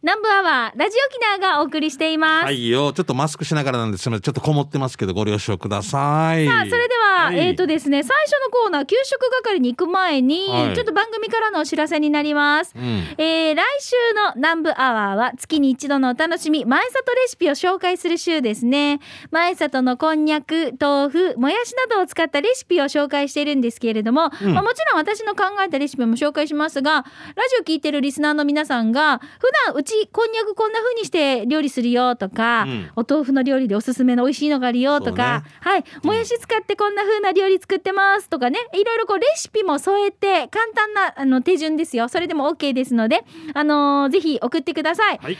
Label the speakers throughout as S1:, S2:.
S1: 南部アワーラジオキナーがお送りしています、
S2: はいよ。ちょっとマスクしながらなんですみませんちょっとこもってますけど、ご了承ください。
S1: さあそれでは、
S2: い
S1: えっ、とですね最初のコーナー給食係に行く前に、
S2: はい
S1: ちょっと番組からのお知らせになります、
S2: うん。
S1: えー来週の南部アワーは月に一度のお楽しみ前里レシピを紹介する週ですね前里のこんにゃく豆腐もやしなどを使ったレシピを紹介しているんですけれども、
S2: うん
S1: まあ、もちろん私の考えたレシピも紹介しますがラジオ聞いてるリスナーの皆さんが普段うちこんにゃくこんな風にして料理するよとか、
S2: うん
S1: お豆腐の料理でおすすめの美味しいのがあるよとか、はいもやし使ってこんな風な料理作ってますとかねいろいろこうレシピも添えて簡単なあの手順ですよそれでも OK ですので、あのーぜひ送ってください。
S2: はい。
S1: で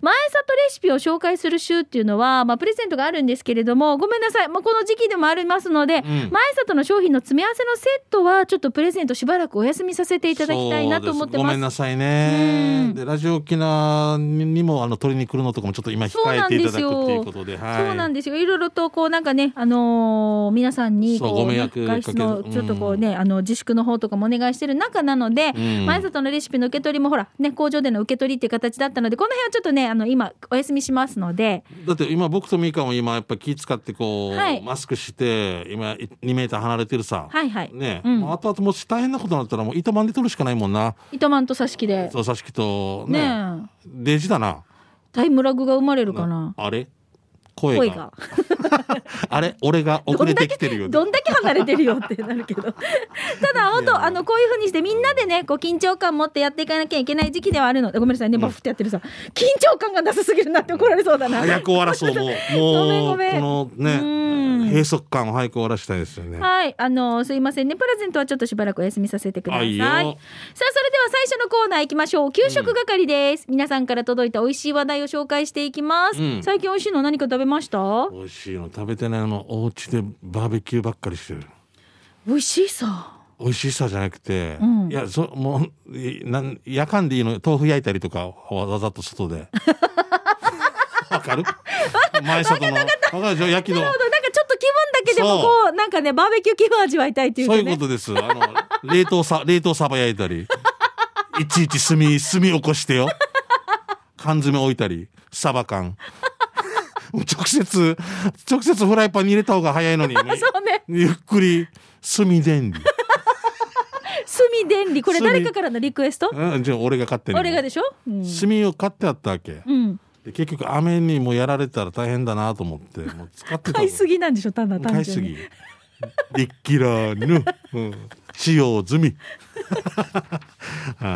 S1: 前里レシピを紹介する週っていうのは、まあ、プレゼントがあるんですけれどもごめんなさいもうこの時期でもありますので、
S2: うん
S1: 前里の商品の詰め合わせのセットはちょっとプレゼントしばらくお休みさせていただきたいなと思って
S2: そうですご
S1: ま
S2: め
S1: す
S2: ん。なさいね
S1: うん。
S2: で、ラジオ沖縄にも、あの、取りに来るのとかもちょっと今控えていただくっていうことで、はい。
S1: そうなん
S2: で
S1: ですよ。いろいろとこうなんかね、あのー皆さんに
S2: そう
S1: こ
S2: ご迷惑
S1: 外出
S2: か
S1: の
S2: ける
S1: ちょっとこうね、あの自粛の方とかもお願いしてる中なので、
S2: うん
S1: 前里のレシピの受け取りもほらね工場での受け取りっていう形だったので、この辺はちょっとねあの今お休みしますので、
S2: だって今僕とミカも今やっぱ気使ってこう、
S1: はい
S2: マスクして今い2メーター離れてるさ、
S1: はいはい。
S2: ね、
S1: うん
S2: まあ、後々もし大変なことになったらもう糸満で取るしかないもんな
S1: 糸満と挿し木で
S2: そうさしきと
S1: ね
S2: ねデジだな
S1: タイムラグが生まれるかな。
S2: あれ
S1: 声
S2: 声が
S1: が
S2: あれ俺が遅れてきてるよね
S1: どんだけ離れてるよってなる けどただ本
S2: いや
S1: 当あのこういうふうにしてみんなでねこう緊張感持ってやっていかなきゃいけない時期ではあるのでごめんなさいねバフってやってるさ緊張感がなさすぎるなって怒られそうだな。
S2: 早く終わらそうもうも
S1: ご
S2: う
S1: めん
S2: この
S1: うん
S2: ね閉塞感を早く終わらしたいですよね
S1: はい、あのすいませんねプレゼントはちょっとしばらくお休みさせてください。
S2: はい
S1: さ
S2: よ
S1: あそれでは最初のコーナー行きましょう。給食係です。皆さんから届いた美味しい話題を紹介していきます。
S2: うん
S1: 最近美味しいの何か食べました？
S2: 美味しいの食べてないのお家でバーベキューばっかりしてる
S1: 美味しいさ。
S2: 美味しさじゃなくて、
S1: うん
S2: いやそもういなん夜間でいいのよ豆腐焼いたりとかわわざと外 でわかる前里のわかるでしょ焼きの
S1: なるほど、なんかちょっと気分だけでも
S2: そ
S1: こうなんかねバーベキュー気分味わいたいという
S2: そ
S1: か
S2: ういう
S1: ね
S2: こ。とですあの冷凍さ 冷凍サバ焼いたりいちいち炭炭起こしてよ缶詰置いたりサバ缶 もう直接直接フライパンに入れた方が早いのに
S1: そうね。
S2: ゆっくり炭でんり、
S1: 炭電理これ
S2: 炭
S1: 誰かからのリクエスト？
S2: うん、じゃあ俺が買ってんの
S1: 俺がでしょ？うん。
S2: 炭を買ってあったわけ、
S1: うん。
S2: で結局雨にもやられたら大変だなと思ってもう使ってた
S1: 買いすぎなんでしょ単な
S2: もう
S1: 単
S2: 買いす
S1: 純に。
S2: ぎでっきらぬ、うん、使用済みあ あ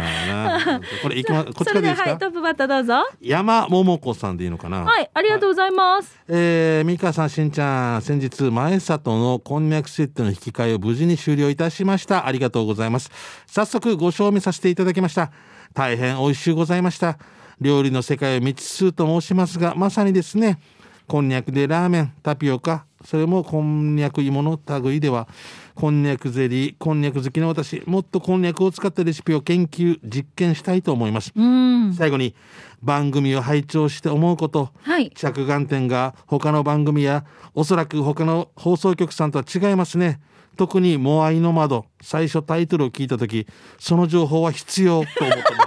S2: なこれいきまこっち
S1: そ
S2: か
S1: れ
S2: らで
S1: で
S2: いいです
S1: は
S2: か、
S1: いトップバッターどうぞ。
S2: 山桃子さんでいいのかな
S1: はい、ありがとうございます。
S2: えー、美香さん、しんちゃん、先日、前里のこんにゃくセットの引き換えを無事に終了いたしました。ありがとうございます。早速、ご賞味させていただきました。大変美味しゅうございました。料理の世界を未知数と申しますが、まさにですね、こんにゃくでラーメン、タピオカ、それもこんにゃく芋の類では、こんにゃくゼリー、こんにゃく好きの私、もっとこんにゃくを使ったレシピを研究、実験したいと思います。
S1: うん。
S2: 最後に、番組を拝聴して思うこと、
S1: はい。
S2: 着眼点が他の番組やおそらく他の放送局さんとは違いますね特に「モアイの窓」最初タイトルを聞いた時その情報は必要と思ったも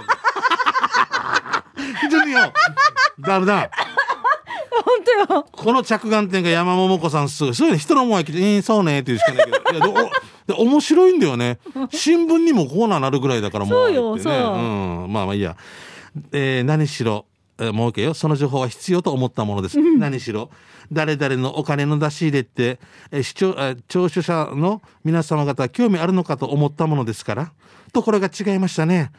S2: ん非常によだるだ
S1: 本当よ。
S2: この着眼点が山桃子さんすごいすごいね人のもんは聞いて「えーそうね」って言うしかないけどいやでおで面白いんだよ ね新聞にもコーナーなるぐらいだからも
S1: そうよ
S2: ってね、
S1: そうん
S2: まあまあいいや、えー何しろえー儲けよその情報は必要と思ったものです、何しろ誰々のお金の出し入れって、えー視聴えー聴取者の皆様方興味あるのかと思ったものですからところが違いましたね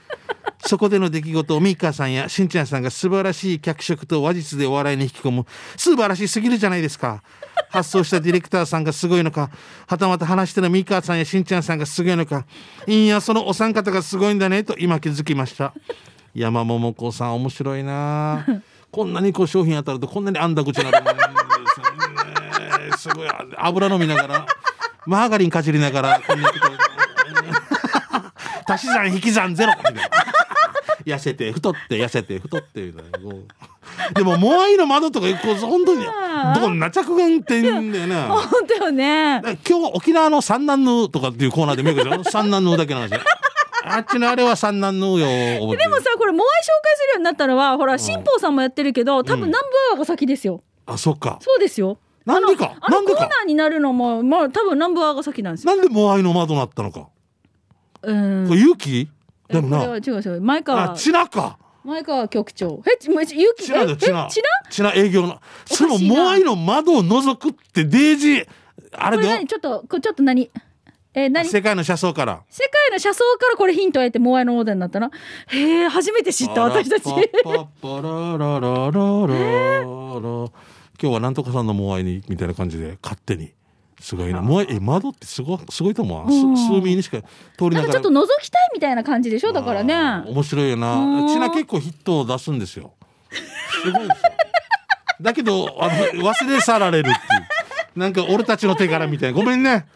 S2: そこでの出来事をミーカーさんやしんちゃんさんが素晴らしい脚色と話術でお笑いに引き込む素晴らしすぎるじゃないですか発想したディレクターさんがすごいのかはたまた話してるミーカーさんやしんちゃんさんがすごいのかいやそのお三方がすごいんだねと今気づきました山桃子さん面白いなあこんなにこう商品当たるとこんなにあんだ口になるもんですよねすごい油飲みながらマーガリンかじりながらこんにゃくと足し算引き算ゼロみたいな。痩せて太って痩せて太ってみたいなこうでも「モアイの窓」とかこう本当にどんな着眼点だよな。
S1: 本当よね。
S2: 今日は沖縄の三男ヌーとかっていうコーナーで見るけど三男ヌーだけなんですよ。あっちのあれは三男のよ思って
S1: でもさこれモアイ紹介するようになったのはほら新宝さんもやってるけど多分南部アワーが先ですよ、
S2: あそっか
S1: そうですよ
S2: なんでか
S1: あの
S2: なん
S1: コ
S2: で
S1: ーナ
S2: か
S1: ーになるのもまあ多分南部アワーが先なんですよ
S2: なんでモアイの窓なったのか
S1: うん
S2: これ勇気でも
S1: これは
S2: な
S1: 違う違う前
S2: あ
S1: 川
S2: ちなか
S1: 前川局長えちもうちゆき
S2: ちな
S1: え
S2: だ
S1: え
S2: ちな
S1: ちな
S2: ちな営業の
S1: おかし
S2: そ
S1: いな
S2: のモアイの窓を覗くってデイジーあ
S1: こ
S2: れ
S1: れ
S2: だ
S1: 何
S2: よ
S1: ちょっとこちょっと何え何世
S2: 世界の車窓から
S1: 界の車窓からこれヒントを得てモアイのオーダーになったなへえ初めて知った私たち
S2: パラッパララララララ今日はなんとかさんのモアイにみたいな感じで勝手にすごいなモアイえ窓ってすごすごいと思うわす
S1: うん
S2: 数ミリにしか通り
S1: な
S2: なんが
S1: からちょっと覗きたいみたいな感じでしょだから
S2: あー
S1: ね
S2: 面白いよ
S1: う
S2: なんちな結構ヒットを出すんですよすごいですよだけどあの忘れ去られるっていうなんか俺たちの手柄みたいなごめんね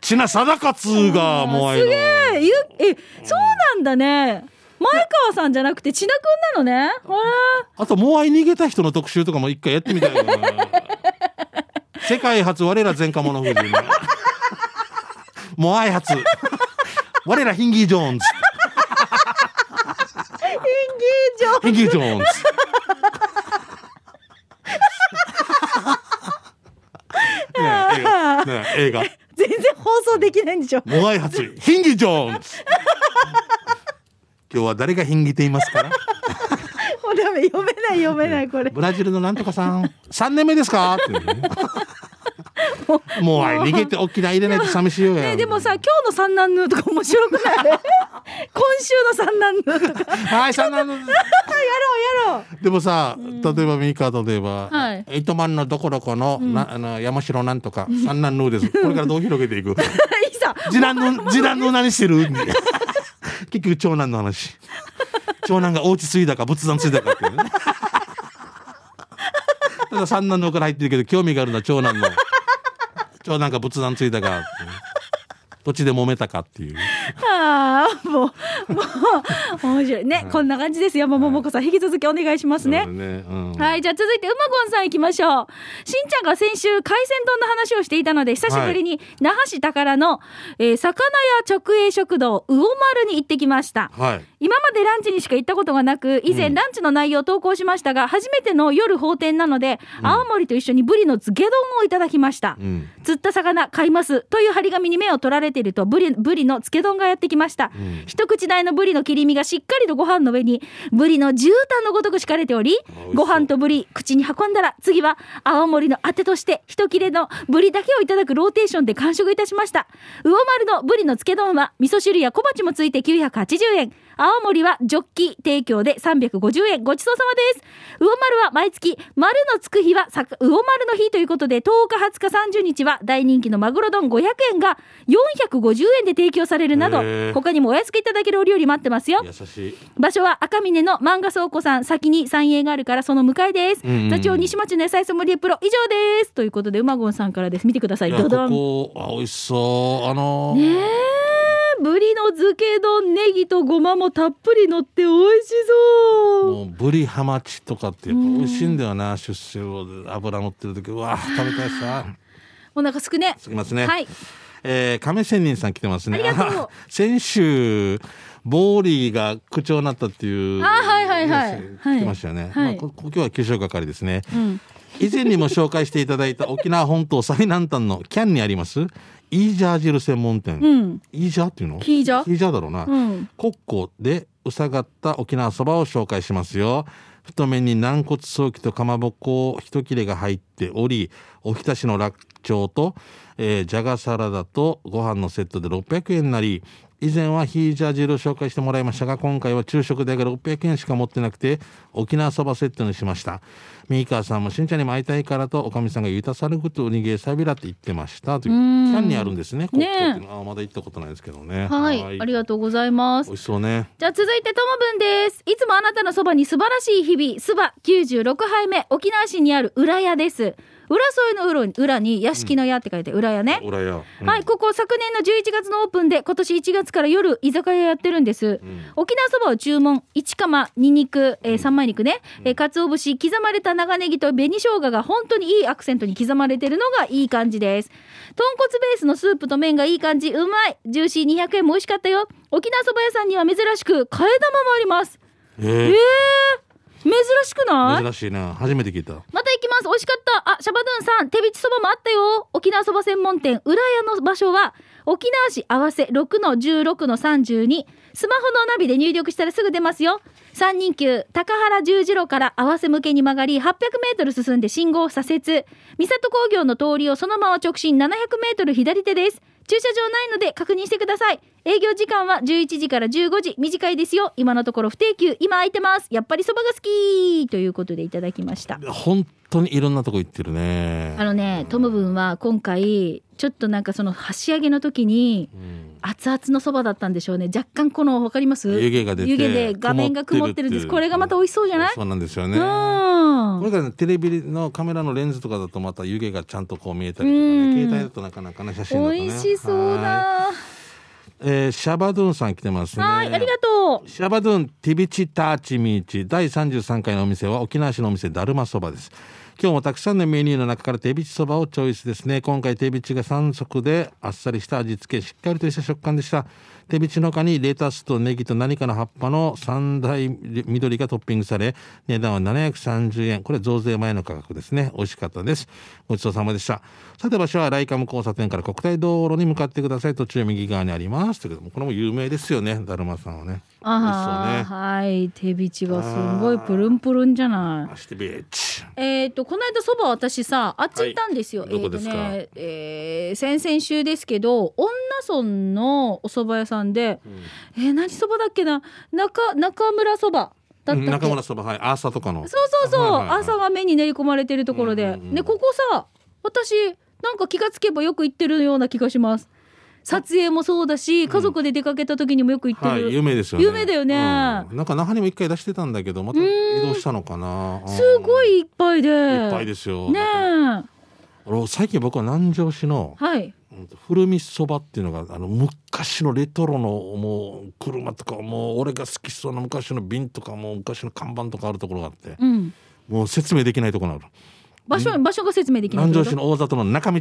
S2: ちな貞勝がモアイ
S1: す
S2: の
S1: げえゆえそうなんだね前川さんじゃなくて千田くんなのねほら
S2: あと、モアイ逃げた人の特集とかも一回やってみたいな。世界初、我ら前科者夫人。モアイ初、我らヒンギー・ジョーンズ。
S1: 以上
S2: ヒンギー・ジョーンズ。ねえ映画ね
S1: 全然放送できないんでしょ
S2: え映画。モアイ初、ヒンギー・ジョーンズ。今日は誰がヒンギていますから
S1: もうダメ読めない読めないこれ
S2: ブラジルのなんとかさん、三年目ですかっていうね。もうあれ逃げて大きな入れないと寂しいよや。
S1: ね、でもさ今日の三男ヌーとか面白く ない今週の三男ヌーとか
S2: はい、三男 の。
S1: やろうやろう
S2: でもさ、例えばミカとでは、
S1: はい
S2: エイトマンのどこどこの、なあの山城なんとか、三男のです。これからどう広げてい く。
S1: いいさ
S2: 次男の、次男の何してる。結局長男の話。長男がおうちついだか、仏壇ついだかっていうね。ただ三男のから入ってるけど、興味があるのは長男の。長男が仏壇ついだかっていうね。土地で揉めたかっていう。
S1: あーもうもう面白いね、こんな感じです山桃子さん引き続きお願いしますね、
S2: うん
S1: はい、じゃあ続いて、うまごんさん行きましょう。しんちゃんが先週、海鮮丼の話をしていたので、久しぶりに、那覇市宝の、えー魚屋直営食堂、魚丸に行ってきました。
S2: はい。
S1: 今までランチにしか行ったことがなく、以前ランチの内容を投稿しましたが、初めての夜放天なので、青森と一緒にブリの漬け丼をいただきました。
S2: うん。
S1: 釣った魚買いますという張り紙に目を取られているとブリブリの漬け丼がやってきました、
S2: ん
S1: 一口大のブリの切り身がしっかりとご飯の上にブリの絨毯のごとく敷かれており
S2: 味しそう
S1: ご飯とブリ口に運んだら次は青森のあてとして一切れのブリだけをいただくローテーションで完食いたしました魚丸のブリの漬け丼は味噌汁や小鉢もついて980円青森はジョッキ提供で350円ごちそうさまです魚丸は毎月丸のつく日はさ魚丸の日ということで10日20日30日は大人気のマグロ丼500円が450円で提供されるなど
S2: へー
S1: 他にもお安くいただけるお料理待ってますよ
S2: 優しい。
S1: 場所は赤峰の漫画倉庫さん先に三栄があるからその向かいです、
S2: うんうん
S1: 座長西町の野菜ソムリエプロ以上ですということで馬ゴンさんからです見てください
S2: いや
S1: ドドン
S2: ここあ美味しそうあの
S1: ね
S2: ー
S1: えぶりの漬け丼ネギとごまもたっぷり乗って美味しそう
S2: もうブリハマチとかってやっぱ美味しいんだよな、出世を油乗ってる時うわあ食べたいさ
S1: お腹すくね
S2: すきますね
S1: はい
S2: えー、亀仙人さん来てますね
S1: ありがとう
S2: 先週ボーリーが区長になったっていう
S1: あはいはいはい
S2: ニュース来てましたよね、
S1: はい
S2: まあ、こ今日は九州係ですね、
S1: ん
S2: 以前にも紹介していただいた沖縄本島最南端のキャンにありますイージャー汁専門店、
S1: うん
S2: イージャーっていうの
S1: ヒージャー
S2: ヒージャーだろうな、
S1: うん
S2: 国庫でうさがった沖縄そばを紹介しますよ太麺に軟骨早期とかまぼこ一切れが入っておりおひたしのラッチョウと、えーじゃがサラダとご飯のセットで600円になり以前はヒージャー汁を紹介してもらいましたが今回は昼食代が600円しか持ってなくて沖縄そばセットにしましたミーカーさんもしんちゃんにも会いたいからとおかみさんが「ゆたさるぐとうにげさびら」って言ってましたというキャンにあるんですね国庫っていうのはあまだ行ったことないですけどね
S1: はいありがとうございます
S2: 美味しそうね。
S1: じゃあ続いてともぶんです。いつもあなたのそばに素晴らしい日々、そば96杯目、沖縄市にある浦屋です。浦添の裏に裏に屋敷の屋って書いて裏屋ね、
S2: 裏や、うん
S1: はい、ここ昨年の11月のオープンで今年1月から夜居酒屋やってるんです、
S2: ん
S1: 沖縄そばを注文1釜2肉、えー、三枚肉ね、えー、かつお節刻まれた長ネギと紅生姜が本当にいいアクセントに刻まれてるのがいい感じです豚骨ベースのスープと麺がいい感じうまいジューシー200円も美味しかったよ沖縄そば屋さんには珍しく替え玉もありますえー
S2: え、
S1: 珍しくない
S2: 珍しいな初めて聞いた
S1: また行きます。美味しかった。あ、シャバドゥンさん、手びちそばもあったよ。沖縄そば専門店、浦屋の場所は、沖縄市合わせ6の16の32。スマホのナビで入力したらすぐ出ますよ。三人級、高原十字路から合わせ向けに曲がり、800メートル進んで信号を左折。三里工業の通りをそのまま直進700メートル左手です。駐車場ないので確認してください。営業時間は11時から15時。短いですよ。今のところ不定休。今空いてます。やっぱりそばが好きということでいただきました。
S2: 本当にいろんなとこ行ってるね
S1: あのね、トムブンは今回、ちょっとなんかその箸上げの時に、
S2: うん
S1: 熱々のそばだったんでしょうね。若干この、わかります
S2: 湯気が出て
S1: 湯気で画面が曇ってるんです。これがまた美味しそうじゃない
S2: そうなんですよ
S1: う
S2: ねこれ
S1: ん。
S2: からねテレビのカメラのレンズとかだとまた湯気がちゃんとこう見えたりとか
S1: うん
S2: ね携帯だとなかなかね写真だとね
S1: 美味しそう
S2: はい
S1: だ。
S2: えーシャバドゥンさん来てますね
S1: はい、ありがとう。
S2: シャバドゥンティビチターチミーチ第33回のお店は沖縄市のお店だるまそばです今日もたくさんのメニューの中から手びちそばをチョイスですね今回手びちが3足であっさりした味付けしっかりとした食感でした手びちの他にレタスとネギと何かの葉っぱの三大緑がトッピングされ値段は730円これ増税前の価格ですね美味しかったですごちそうさまでしたさて場所はライカム交差点から国体道路に向かってください途中右側にありますということでこれも有名ですよねだるまさんはね
S1: あ
S2: 美味しそうね
S1: あ、はい。手びちがすごいプルンプルンじゃない。
S2: アシテビッチ
S1: えー、とこの間そば私さあっち行ったんですよ、
S2: はいどこですか
S1: えーとねえー先々週ですけど恩納村のお蕎麦屋さんで、えー何そばだっけな中中村そばだったっけ
S2: 中村そばはい朝とかの
S1: そうそうそう、
S2: はいはいはい
S1: 朝が目に練り込まれてるところで、
S2: うんうんうん
S1: でここさ私なんか気がつけばよく行ってるような気がします撮影もそうだし家族で出かけた時にもよく行ってる、
S2: はい有名ですよね
S1: 有名だよね
S2: うんなんか那覇にも一回出してたんだけどまた移動したのかな
S1: すご
S2: い
S1: いいっぱいで
S2: いっぱいですよ
S1: ねえ
S2: あの最近僕は南城市の
S1: はい
S2: うん古見そばっていうのがあの昔のレトロのもう車とかもう俺が好きそうな昔の瓶とかもう昔の看板とかあるところがあって
S1: うん
S2: もう説明できないところがある
S1: 場所場所が説明できない
S2: 南
S1: ってこ
S2: 城
S1: と
S2: 市の大里の中道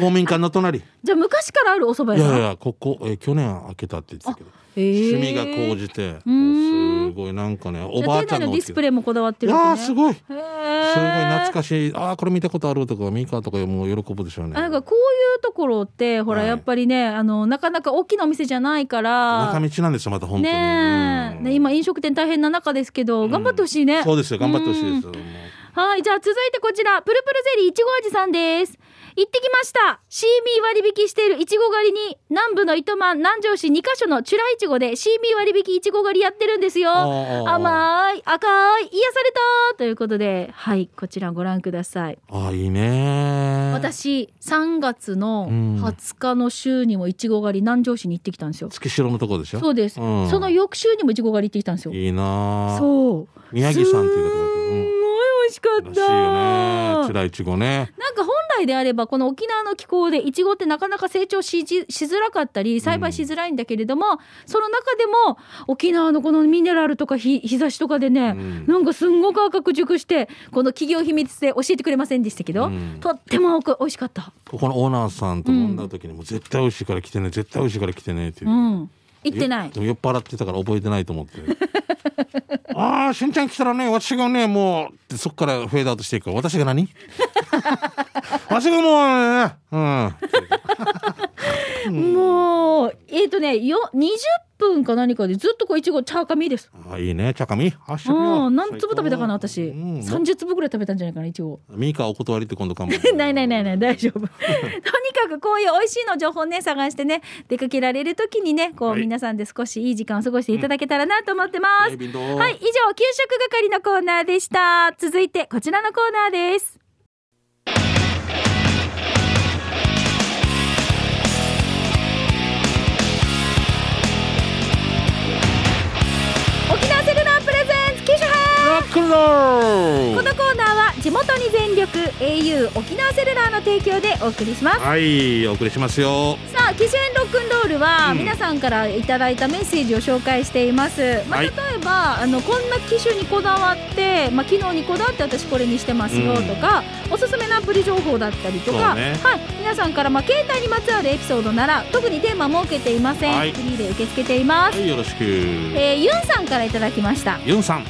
S2: 公民館の隣い
S1: じゃあ昔からあるお蕎
S2: や
S1: 麦
S2: い
S1: 屋さん
S2: やここ、えー去年開けたって言ってたけど
S1: へー
S2: 趣味が高じて
S1: ーん
S2: すごいなんかねお
S1: じ
S2: ば
S1: ゃあ
S2: あち
S1: 店
S2: ゃん
S1: 内の
S2: の
S1: ディスプレイもこだわって
S2: い
S1: る
S2: や
S1: わ
S2: ー
S1: けね
S2: すごいす
S1: へ
S2: ごい
S1: ー
S2: 懐かしいああこれ見たことあるとかミカとかもう喜ぶでしょうね
S1: あなんかこういうところってほら
S2: はい
S1: やっぱりね、あのなかなか大きなお店じゃないから
S2: 中道なんですよまた本当に
S1: ねえ、
S2: うん
S1: ね今飲食店大変な中ですけど、頑張ってほしいね。
S2: そうですよ頑張ってほしいです
S1: うん
S2: よもう
S1: はい、じゃあ続いてこちら、プルプルゼリーいちご味さんです。行ってきました。シーミー割引しているいちご狩りに、南部の糸満、南城市2カ所のチュラいちごでシーミー割引いちご狩りやってるんですよ。
S2: ああ
S1: 甘い、赤い、癒されたということで、はい、こちらご覧ください。
S2: あーいいね
S1: 私、3月の
S2: うん
S1: 20日の週にもいちご狩り、南城市に行ってきたんですよ。
S2: 月城のとこでしょ
S1: そうです。
S2: うん
S1: その翌週にもいちご狩り行ってきたんですよ。
S2: いいなあ
S1: そう。
S2: 宮城さんっていう方が
S1: すんごい美味しか
S2: うん
S1: っ
S2: らしい
S1: た。
S2: よねつらいちごね
S1: なんか本来であればこの沖縄の気候でイチゴってなかなか成長しじしづらかったり栽培しづらいんだけれども、その中でも沖縄のこのミネラルとか日日差しとかでね、
S2: うん
S1: なんかすんごく赤く熟してこの企業秘密で教えてくれませんでしたけど、
S2: うん
S1: とってもおく美味しかった。、
S2: ここのオーナーさんと飲んだ時にもう絶対美味しいから来てね絶対美味しいから来てねっていううん
S1: 行ってない
S2: よで。も酔っ払ってたから覚えてないと思って ああしんちゃん来たらね私がねもうってそっからフェードアウトしていくから私が 何私がもうね
S1: もうえっ、とねよ20分か何かでずっとこういちご茶赤身です。
S2: うんあいいねちゃかみあし
S1: うん、何粒食べたかな私、
S2: うん、も
S1: 30粒ぐらい食べたんじゃないかなイチゴ。
S2: ミーカお断りって今度かも
S1: ないないないない大丈夫とにかくこういう美味しいの情報ね探してね出かけられる時にねこう
S2: はい
S1: 皆さんで少しいい時間を過ごしていただけたらなと思ってます、
S2: ねビンドー
S1: はい以上給食係のコーナーでした続いてこちらのコーナーです沖縄セルラープレゼンツ給食
S2: ロッククロ
S1: このコーナーは地元に全力 au 沖縄セルラーの提供でお送りします
S2: はいお送りしますよ
S1: さあ機種編ロックンロールは皆さんからいただいたメッセージを紹介しています、まあ、
S2: はい
S1: 例えば、あのこんな機種にこだわって、まあ、機能にこだわって私これにしてますよとか、おすすめのアプリ情報だったりと
S2: そ
S1: か、
S2: うね
S1: はい、皆さんから、まあ、携帯にまつわるエピソードなら特にテーマ設けていません、
S2: はい
S1: フリーで受け付けていま
S2: は
S1: す、
S2: いよろしく
S1: えーユンさんからいただきました
S2: ユンさん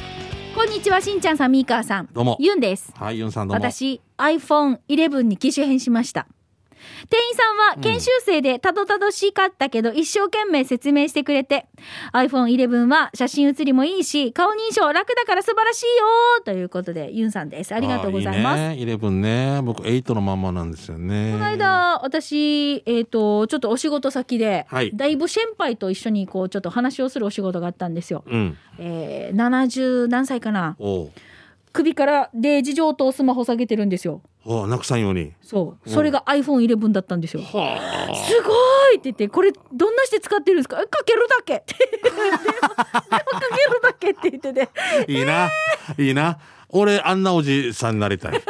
S1: こんにちはしんちゃんさんみーかーさん
S2: どうも
S1: ユンです
S2: はいユンさんどうも
S1: 私 iPhone11 に機種変しました店員さんは研修生でたどたどしかったけど一生懸命説明してくれて、iPhone11 は写真写りもいいし顔認証楽だから素晴らしいよということでユンさんですあ
S2: あ
S1: りがとうございます
S2: ーいいね11ね僕8のまんまなんですよね
S1: この間私、えー、とちょっとお仕事先で、
S2: はい
S1: だいぶ先輩と一緒にこうちょっと話をするお仕事があったんですよ、
S2: うん
S1: えー、70何歳かな
S2: おう
S1: 首からデージ上とスマホ下げてるんですよ
S2: おうなくさんように
S1: そうそれが iPhone11 だったんですよ
S2: はあ
S1: すごいって言って、これどんなして使ってるんですかえかけるだけ って。でもでもかけるだけって言ってて。
S2: いいな、いいな。俺、あんなおじさんになり たい。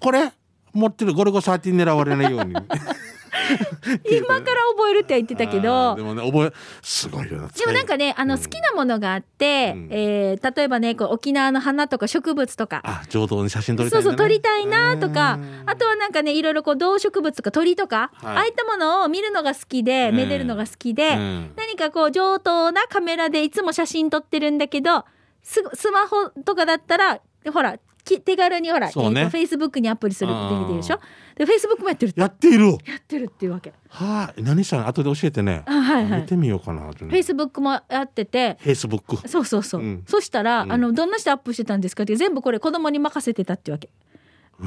S2: これ、持ってるゴルゴ13狙われないように。
S1: 今から覚えるって言ってたけ
S2: あ
S1: ど
S2: ーで。もね、覚え、すごいよな。
S1: でもなんかね、あの、好きなものがあって、
S2: うん
S1: えー例えばね、こう、沖縄の花とか植物とか、
S2: あ、上等に写真撮りた
S1: そ
S2: い
S1: うん
S2: だ
S1: そ
S2: ね、
S1: う撮りたいなとか
S2: うん
S1: あとはなんかねいろいろこう動植物とか鳥とか、
S2: はい
S1: ああいったものを見るのが好きで、
S2: うん
S1: めでるのが好きで、
S2: うん
S1: 何かこう上等なカメラでいつも写真撮ってるんだけどすスマホとかだったらほらき手軽にほら、
S2: そうね
S1: フェイスブックにアップするってできるでし
S2: う
S1: ょでフェイスブックもやってるや
S2: やっているは
S1: ってるっていうわけ
S2: あ、何したの後で教えてね。
S1: あはいはい
S2: 見てみようかな。フ
S1: フェイスブックもやってて
S2: ェイスブック。
S1: そうそうそう、
S2: うん
S1: そしたら、
S2: うん
S1: あのどんな人アップしてたんですかって全部これ子供に任せてたってわけ、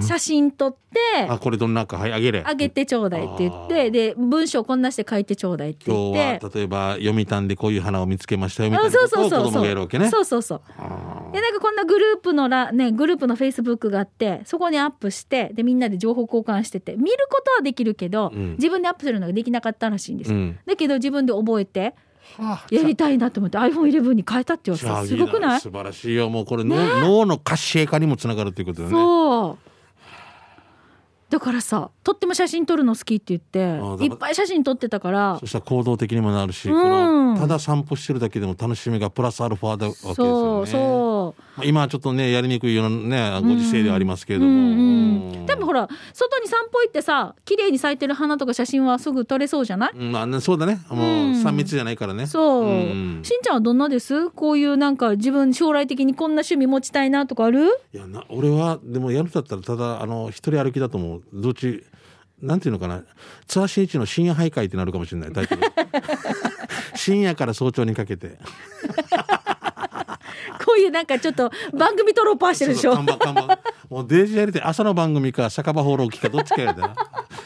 S1: 写真撮って
S2: あ、これどんなか、はい、あげれ。
S1: あげてちょうだいって言っ
S2: あ
S1: て、で、文章こんなして書いてちょうだいって言
S2: 今
S1: っ
S2: 日は
S1: て。
S2: 例えば読みたんでこういう花を見つけましたよみたい
S1: あ
S2: な
S1: そう
S2: こと
S1: そう
S2: を
S1: そう
S2: 子供
S1: そ
S2: がやるわけ
S1: う。
S2: ね。
S1: そうそうそう。
S2: あ
S1: で、なんかこんなグループのら、ね、グループのフェイスブックがあって、そこにアップして、で、みんなで情報交換してて、見ることはできるけど、
S2: うん
S1: 自分でアップするのができなかったらしいんです
S2: ーう
S1: よ。
S2: ん。
S1: だけど自分で覚えて、
S2: はあ
S1: やりたいなと思って iPhone11 に変えたって言われて、すごくない
S2: 素晴らしいよもうこれ、脳脳の活性化にもつながるということだね
S1: そう。だからさ、とっても写真撮るの好きって言
S2: あだ
S1: っ
S2: か
S1: て、
S2: ら
S1: いっぱい写真撮ってたから
S2: そ、したら行動的にもなるし、
S1: うん
S2: このただ散歩してるだけでも楽しみがプラスアルファだわけですよね
S1: そう、そう。
S2: まあ今はちょっとねやりにくいようなねご時世ではありますけれども、
S1: うんうん、
S2: うん
S1: でもほら外に散歩行ってさ綺麗に咲いてる花とか写真はすぐ撮れそうじゃない、
S2: うんまあねそうだねもう
S1: うん
S2: 3密じゃないからね、
S1: そう、
S2: ん
S1: しんちゃんはどんなですこういうなんか自分将来的にこんな趣味持ちたいなとかある
S2: いやな俺はでもやるんだったらただあの一人歩きだと思うどっちなんていうのかなツアー新一の深夜徘徊ってなるかもしれない タイトル深夜から早朝にかけて
S1: こういうなんかちょっと番組トロッパーしてるでしょ
S2: そうそう看板看板もうデージやりて朝の番組か酒場放浪記かどっちかやでな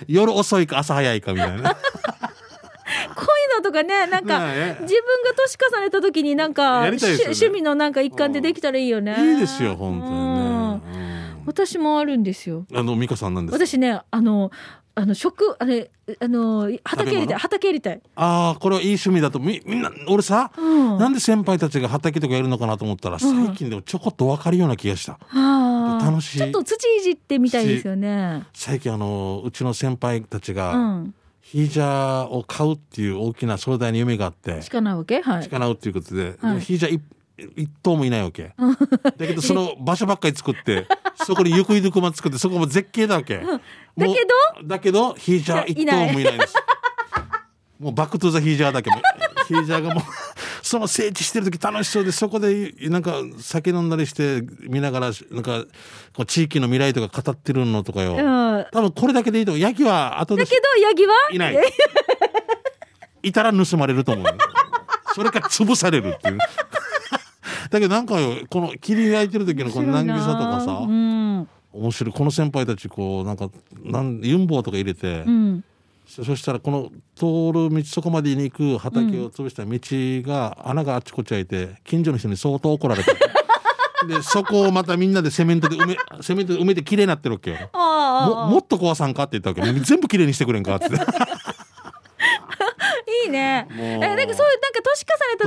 S2: 夜遅いか朝早いかみたい な
S1: こういうのとかねなんか
S2: ねえ
S1: 自分が年重ねた時になんか、
S2: やりたいですよね
S1: 趣趣味のなんか一環でできたらいいよね、
S2: いいですよ本当に
S1: う
S2: ね
S1: ん、私もあるんですよ
S2: うんあの美香さんなんです
S1: 私ねあのあの食あれあの畑やり
S2: 食
S1: た
S2: べ
S1: い
S2: 物
S1: 畑やりたい、
S2: ああこれはいい趣味だとみみんな俺さ、
S1: うん、
S2: なんで先輩たちが畑とかやるのかなと思ったら、最近でもちょこっと分かるような気がした
S1: ああ
S2: 楽しい
S1: ちょっと土いじってみたいですよね。
S2: 最近あのうちの先輩たち
S1: う
S2: が
S1: ん。
S2: ヒージャーを買うっていう大きな壮大な夢があって、
S1: しかないわけはい。
S2: なうっていうことで、
S1: はい
S2: ヒージャー一一頭もいない わけ。だけどその場所ばっかり作って、 そこにゆくゆくま作って、そこも絶景だわけ。だ
S1: けど
S2: だけど、ヒージャー一頭もいないんです。 もうバックトゥザヒージャーだけも。ヒージャーがもう、 その整地してる時楽しそうで、そこでなんか酒飲んだりして、見ながら、なんか、こう地域の未来とか語ってるのとかよ。
S1: うん
S2: 多分これだけでいいと思う。ヤギは後で
S1: だけどヤギはい
S2: ない。いたら盗まれると思う。それか潰され るっていう。だけどなんかよ、この切り開いてる時のこの難儀さとかさ
S1: う、ん。
S2: 面白い。この先輩たちこう、なんか、なんユンボウとか入れて、
S1: うん。
S2: そそしたらこの通る道そこまでに行く畑を潰した道が、穴があっちこっち開いて、近所の人に相当怒ら れて。で、そこをまたみんなでセメントで埋め、セメントで埋めて綺麗になってるわけよ。も
S1: ああ。
S2: もっと壊さんかって言ったわけ。全部綺麗にしてくれんかって。
S1: いいいいね。え、
S2: も
S1: なんかそういう、な
S2: う
S1: んか年重ね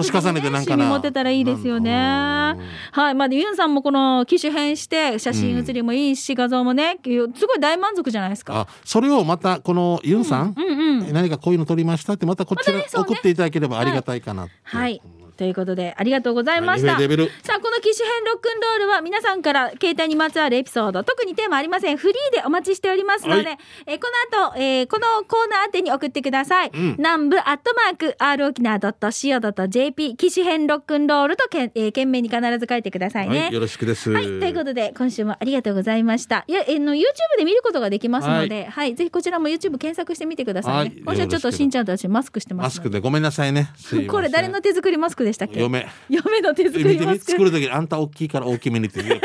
S1: た時
S2: 年重
S1: に、ね、
S2: ねてなん
S1: 趣
S2: か
S1: 味
S2: な
S1: 持てたらいいですよね。
S2: なんうん
S1: はい。まあ、でユンさんもこの機種変して、写真写りもいいし、画像もね、すごい大満足じゃないですか。
S2: あそれをまたこのユンさん、
S1: うんうん。
S2: 何かこういうの撮りましたってまたこちら
S1: またねそうね
S2: 送っていただければありがたいかなって
S1: はい。ということで、ありがとうございました。
S2: レベルレベル
S1: さあ、この機種編ロックンロールは皆さんから携帯にまつわるエピソード、特にテーマありません。フリーでお待ちしておりますので、
S2: は
S1: えーこの後、えーこのコーナー宛てに送ってください。南部アットマーク、r 沖縄 .co.jp、機種編ロックンロールとけん、えー、懸命に必ず書いてくださいね。
S2: はい、よろしくです。
S1: はい、ということで、今週もありがとうございました。いや、えーの、YouTube で見ることができますので、はい、ぜひこちらも YouTube 検索してみてくださいね。
S2: はい
S1: 今週はちょっとしんちゃんと私マスクしてま
S2: マ
S1: す
S2: ス
S1: ので。
S2: クでごめんなさいね。すいません
S1: これ誰の手作りマスクでしたっけ
S2: 嫁。
S1: 嫁の手作
S2: 見
S1: り
S2: て
S1: マ
S2: み
S1: スク。
S2: 作るときにあんた大きいから大きめにっ て言うよ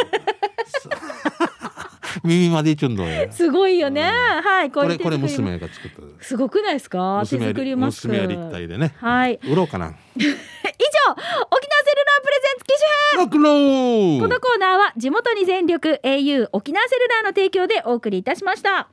S2: 耳までいちゅんどんや。
S1: すごいよね。はい、こ
S2: こ
S1: うい
S2: れ
S1: う
S2: これ
S1: 手作りマスク。
S2: 娘が作った。
S1: すごくないですか手
S2: 娘は
S1: 作りマスク。
S2: 娘は立体でね。
S1: はい。 以上、沖
S2: 売ろうかな。
S1: 縄セルラープレゼンツ機種編
S2: ロックンロー
S1: このコーナーは地元に全力 au 沖縄セルラーの提供でお送りいたしました。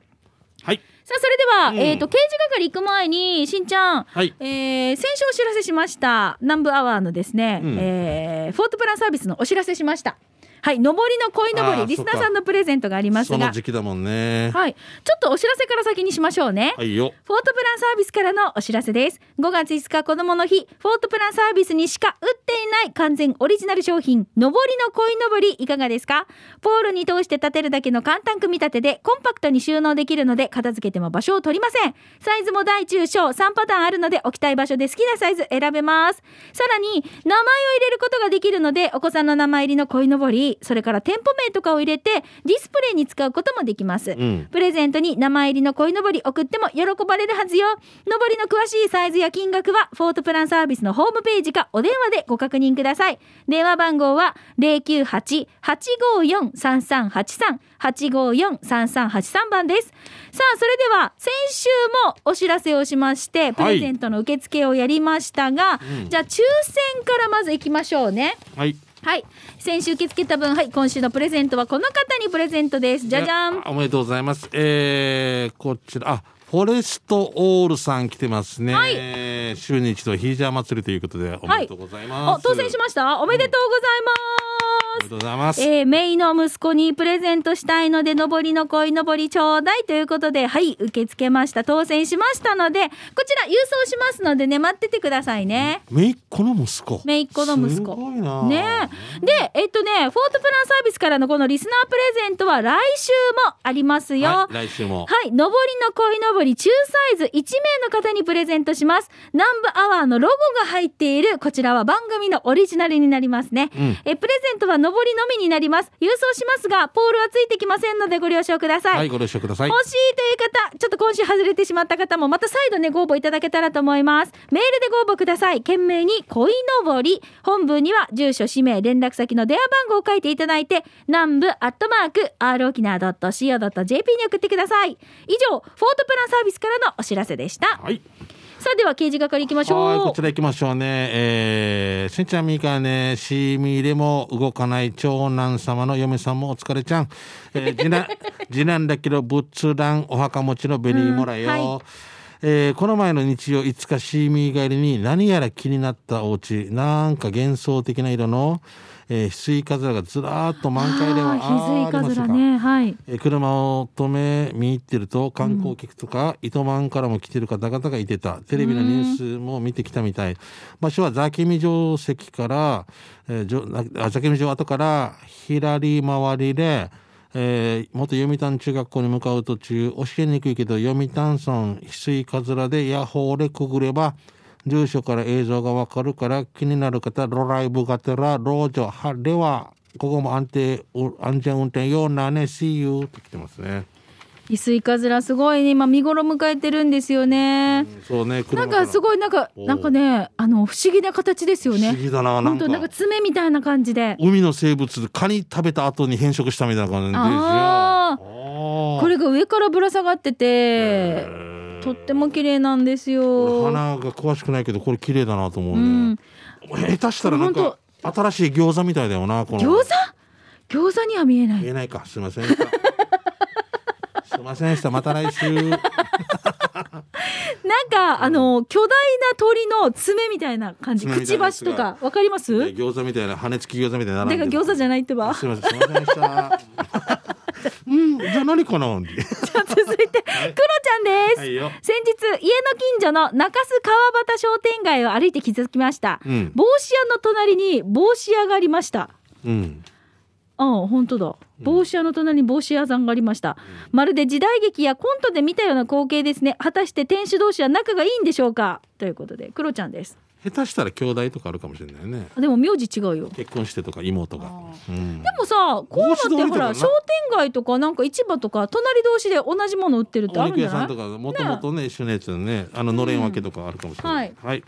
S2: はい。
S1: さあ、それでは、
S2: うん
S1: えっ、と、刑事係行く前に、しんちゃん、
S2: はい
S1: えー先週お知らせしました、南部アワーのですね、
S2: うん
S1: えーフォートプランサービスのお知らせしました。はい、上りの鯉のぼ
S2: あ
S1: り、
S2: ー
S1: リスナーさんのプレゼントがあります
S2: そ
S1: が
S2: の、時期だもんね。
S1: はい、ちょっとお知らせから先にしましょうね。
S2: はいよ。
S1: フォートプランサービスからのお知らせです。5月5日子供の日、フォートプランサービスにしか売っていない完全オリジナル商品、のぼりの鯉のぼりいかがですかポールに通して立てるだけの簡単組み立てでコンパクトに収納できるので片付けても場所を取りません。サイズも大中小3パターンあるので置きたい場所で好きなサイズ選べます。さらに、名前を入れることができるのでお子さんの名前入りの鯉のぼり、それから店舗名とかを入れてディスプレイに使うこともできます。
S2: うん。
S1: プレゼントに名前入りの鯉のぼり送っても喜ばれるはずよ。のぼりの詳しいサイズや金額は、フォートプランサービスのホームページかお電話でご確認ください。電話番号は098-854-3383、854-3383番です。さあ、それでは、先週もお知らせをしまして、プレゼントの受付をやりましたが、
S2: うん
S1: じゃあ抽選からまず行きましょうね。
S2: はい。
S1: はい。先週受け付けた分、はい、今週のプレゼントはこの方にプレゼントです。じゃじゃん。
S2: あ。おめでとうございます。えー、こちら、あ、フォレストオールさん来てますね。
S1: はい
S2: 週に一度ヒージャー祭りということで、おめでとうございます。
S1: お当選しましたおめでとうござい
S2: おめ
S1: ます、
S2: でとうございます。
S1: えー、メイの息子にプレゼントしたいので、のぼりの恋のぼりちょうだいということで、はい、受け付けました。当選しましたので、こちら郵送しますのでね、待っててくださいね。
S2: めいっ子の息子。
S1: 姪っ子の息子
S2: すごいな。
S1: ねえ。で、えっとね、フォートプランサービスからのこのリスナープレゼントは来週もありますよ。
S2: はい、来週
S1: は
S2: も。
S1: い、上りの鯉のぼり中サイズ1名の方にプレゼントします。南部アワーのロゴが入っている、こちらは番組のオリジナルになりますね。
S2: うん
S1: えプレゼントは上りのみになります。郵送しますが、ポールはついてきませんのでご了承ください。
S2: はい、ご了承ください。
S1: 欲しいという方、ちょっと今週外れてしまった方も、また再度ね、ご応募いただけたらと思います。メールでご応募ください。懸命に、恋のぼり。本文には、住所、氏名、連絡先の電話番号を書いていただいて、南部アットマーク、r 沖縄 .co.jp に送ってください。以上、フォートプランサービスからのお知らせでした。
S2: はい。
S1: さあ、では、刑事係行きましょう。
S2: はい、こちら行きましょうね。えー、せんちゃんみーかね、しみれも動かない長男様の嫁さんもお疲れちゃん。え ー、次男、次男だけど仏壇お墓持ちのベリーもらよ。
S1: うんは
S2: えーこの前の日曜いつかシーミー帰りに何やら気になったお家なんか幻想的な色の、えー翡翠カズラがずらーっと満開では
S1: あー
S2: あ
S1: 日付
S2: ー
S1: い
S2: あ
S1: か
S2: りま
S1: ず
S2: す
S1: ら
S2: か
S1: ね。はい。
S2: えー車を止め見入ってると観光客とか、糸満からも来てる方々がいてたテレビのニュースも見てきたみたい場所はザキミ城跡から、えーじょあザキミ城跡から左回りで、えー元読谷中学校に向かう途中教えにくいけど読谷村翡翠かずらでヤッホーでくぐれば住所から映像がわかるから気になる方ロライブがてら老女はではここも安定う安全運転ようなね See you と来てますね、
S1: イスイカズラすごいね、今見頃迎えてるんですよね。
S2: そうね車
S1: なんかす
S2: い
S1: ごいなんか
S2: おう
S1: なんかねあの不思議な形ですよ
S2: 不思
S1: ね。
S2: 議だなな
S1: 本
S2: んか
S1: 当なんか爪みたいな感じで。
S2: 海の生物でカニ食べた後に変色したみたいな感じですよ
S1: あ
S2: あ
S1: これが上からぶら下がってて、
S2: れ
S1: とっても綺麗なんですよ。
S2: 花が詳しくないけどこれ綺麗だなと思う
S1: う
S2: ね、
S1: ん、
S2: 下手したらなん
S1: これ
S2: か新しい餃子みたいだよなこの
S1: 餃子餃子には見えな
S2: 言
S1: い。
S2: えないかすいませんでした すいませんでしたまた来週
S1: なんなんか、あの、巨大な鳥の爪みたいな感じ。
S2: 爪
S1: く
S2: みた
S1: ち
S2: いな
S1: ば
S2: や
S1: し
S2: つ
S1: と
S2: が
S1: か、わかります
S2: え餃子みたいな羽根付き餃子みたいな
S1: だから餃子じゃないってば。
S2: すみませんすいませんでした うんじゃあ何かな
S1: 続いて、クロちゃんです。
S2: はいよ
S1: 先日、家の近所の中洲川端商店街を歩いて気づきました。
S2: うん
S1: 帽子屋の隣に帽子屋がありました。
S2: うん
S1: うん、本当だ。帽子屋の隣に帽子屋さんがありました。まるで時代劇やコントで見たような光景ですね。果たして店主同士は仲がいいんでしょうかということで、クロちゃんです。
S2: 下手したら兄弟とかあるかもしれないね
S1: あでも名字違うよ。
S2: 結婚してとか妹がうん
S1: でもさ、こういうのってほら、
S2: 帽子通
S1: 商
S2: りとかな
S1: 店街とかなんか市場とか、隣同士で同じもの売ってるって
S2: お
S1: あるん
S2: 肉
S1: じ
S2: 屋
S1: ゃ
S2: さん
S1: な
S2: と
S1: い
S2: かもともとね一緒のやつねあののれん分けとかあるかもしれない、
S1: うん
S2: はい、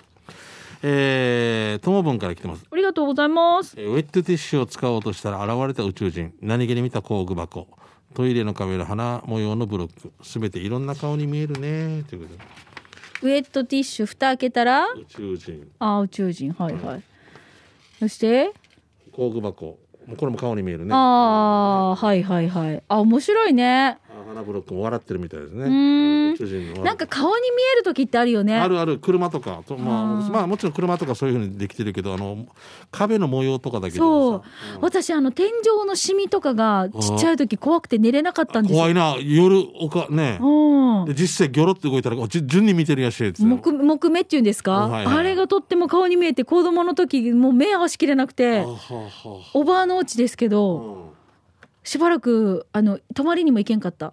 S2: えー、ともぶんから来てます
S1: ありがとうございます。
S2: えーウェットティッシュを使おうとしたら現れた宇宙人何気に見た工具箱トイレの壁の花模様のブロックすべていろんな顔に見えるねということ
S1: ウ
S2: で
S1: ェットティッシュ、蓋開けたら、
S2: 宇宙人
S1: あ、宇宙人、はいはい。そして、
S2: 工具箱もうこれも顔に見えるね
S1: あー、はいはいはい。あ、面白いね。
S2: あ花ブロックも笑ってるみたいですね
S1: うーん
S2: 宇宙人の
S1: なんか顔に見える時ってあるよね。
S2: あるある車とかとま
S1: あー
S2: あ、まあ、もちろん車とかそういうふうにできてるけどあの壁の模様とかだけで
S1: そ
S2: も
S1: う
S2: さ、
S1: 私あの天井のシミとかがちっちゃい時怖くて寝れなかったんですよ。
S2: 怖いな夜おかね
S1: うん
S2: で実際ギョロって動いたらあじゅ順に見てるやしって言ってた
S1: 木木目っていうんですか、
S2: うんはいはい
S1: あれがとっても顔に見えて子供の時もう目合わしきれなくて
S2: よあはあは
S1: おばあのお家ですけ
S2: あ
S1: ど、
S2: うん
S1: しばらくあの泊まりにも行けんかった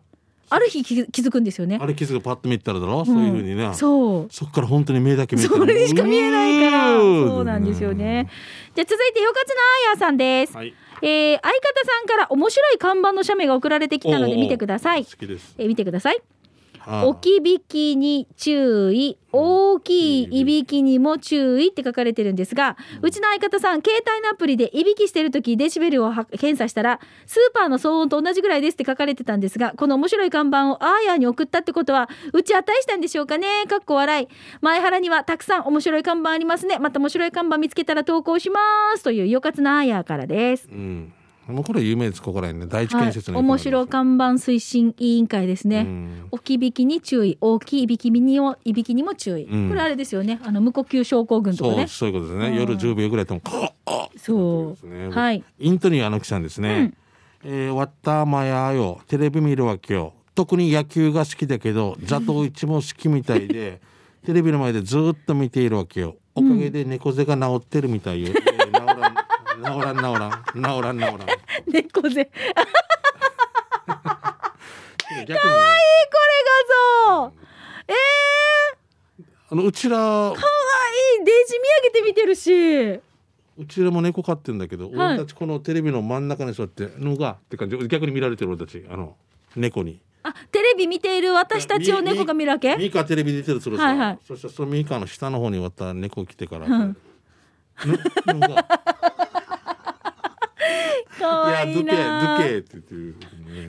S1: ある日気気づくんですよね
S2: あれ気づくパッと見たらだろ、そういうふうに
S1: ん
S2: ねそ
S1: そう
S2: っから本当に目だけ見えてる
S1: それしか見えないから
S2: うん
S1: そうなんですよねじゃあ続いてよかつなあやさんです、
S2: はい
S1: えー相方さんから面白い看板の写メが送られてきたので見てくださ
S2: 好
S1: い
S2: きです
S1: えー見てください
S2: あ
S1: 置き引きに注意大きいいびきにも注意って書かれてるんですがうちの相方さん携帯のアプリでいびきしてる時デシベルをは検査したらスーパーの騒音と同じぐらいですって書かれてたんですがこの面白い看板をあーやーに送ったってことはうち値したんでしょうかねかっこ笑い前原にはたくさん面白い看板ありますねまた面白い看板見つけたら投稿しますというよかつなあーやーからです。
S2: うんもうこれ有名ですここら辺ね第一
S1: は
S2: 建
S1: い、
S2: 設の、
S1: 面白看板推進委員会ですね。
S2: うん
S1: 置き引きに注意大きいいびきにもいびきにも注意、
S2: うん
S1: これあれですよねあの無呼吸症候群とか
S2: そ
S1: ね
S2: うそういうことですね、
S1: うん
S2: 夜10秒ぐらいやっても「あっ!」
S1: そう
S2: そうですね
S1: はい
S2: イントニーあのきさんですね。えー、わったまやよ、テレビ見るわけよ。特に野球が好きだけど、座頭市も好きみたい で、テレビの前でずっと見ているわけよ。おかげで猫背が治ってるみたいよ。えー治らん、治らん、治らん、治らん、治 らん。
S1: 猫背えこれ
S2: 逆にね
S1: がそうえ
S2: あのうちら、
S1: ー、かわいいデージ見上げて見てるし
S2: うちらも猫飼ってんだけ
S1: は
S2: ど、
S1: い
S2: 俺たちこのテレビの真ん中に座って、のがって感じ、逆に見られてる俺たち、あの、猫に。
S1: あテレビ見ている私たちを猫が見るわけ
S2: ミーカーテレビ出てるするさ、
S1: はいはい
S2: そしたらそのミーカーの下の方にまた猫来てから、
S1: ん
S2: ぬなんか
S1: かわ
S2: い
S1: い
S2: や
S1: い
S2: どけど
S1: な
S2: けって言ってる、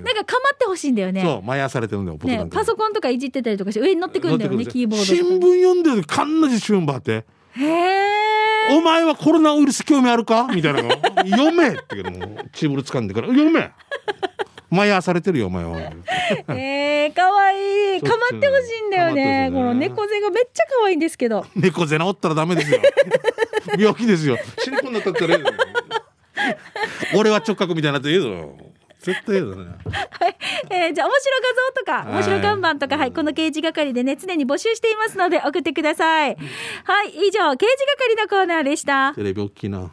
S1: なんかかまってほしいんだよね
S2: そう前やされてるんだよ僕な
S1: ね
S2: んか、
S1: パソコンとかいじってたりとかして上に乗ってくるんだよ
S2: 乗っ
S1: ね
S2: てく
S1: キーボー
S2: 新
S1: ド
S2: 聞読んでるかんなじ春ばって
S1: へ え
S2: お前はコロナウイルス興味あるかみたいなの 読めって言うけどもうチーブル掴んでから読め前やされてるよお前は
S1: えー、かわいい
S2: そ
S1: か
S2: う
S1: まってほしいんだよね
S2: か
S1: こ
S2: ま
S1: の
S2: ってほし
S1: 猫
S2: いね
S1: 背がめっちゃ可愛いんですけど
S2: 猫背治ったらダメです よ病気ですよ死にこんなったったらいいのに俺は直角みたいなって言うぞ絶対言うぞね
S1: えーじゃあ面白画像とか
S2: はい
S1: 面白看板とか、はい、この掲示係でね常に募集していますので送ってください。はい、以上掲示係のコーナーでした。
S2: テレビ大きいな。